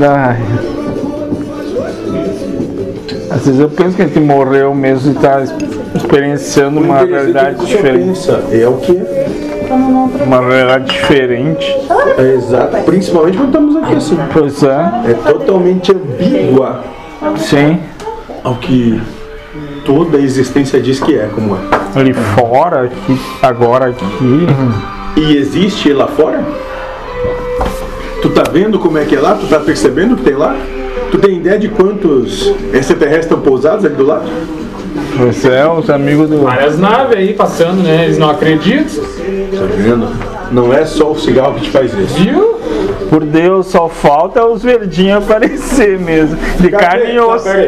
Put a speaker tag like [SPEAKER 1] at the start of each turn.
[SPEAKER 1] Ai. Às vezes eu penso que a gente morreu mesmo e está experienciando uma realidade diferente.
[SPEAKER 2] É o que?
[SPEAKER 1] Uma realidade diferente.
[SPEAKER 2] É exato. Principalmente quando estamos aqui assim.
[SPEAKER 1] Pois é.
[SPEAKER 2] É totalmente ambígua
[SPEAKER 1] Sim.
[SPEAKER 2] ao que toda a existência diz que é, como é.
[SPEAKER 1] Ali fora, aqui, agora aqui.
[SPEAKER 2] E existe lá fora? Tu tá vendo como é que é lá? Tu tá percebendo o que tem lá? Tu tem ideia de quantos extraterrestres estão pousados ali do lado?
[SPEAKER 1] Pois é, os amigos do.
[SPEAKER 3] Várias naves aí passando, né? Eles não acreditam.
[SPEAKER 2] Tá vendo? Não é só o cigarro que te faz isso.
[SPEAKER 3] Viu?
[SPEAKER 1] Por Deus, só falta os verdinhos aparecer mesmo. De carne e
[SPEAKER 2] Não,
[SPEAKER 1] osso.
[SPEAKER 2] pera aí.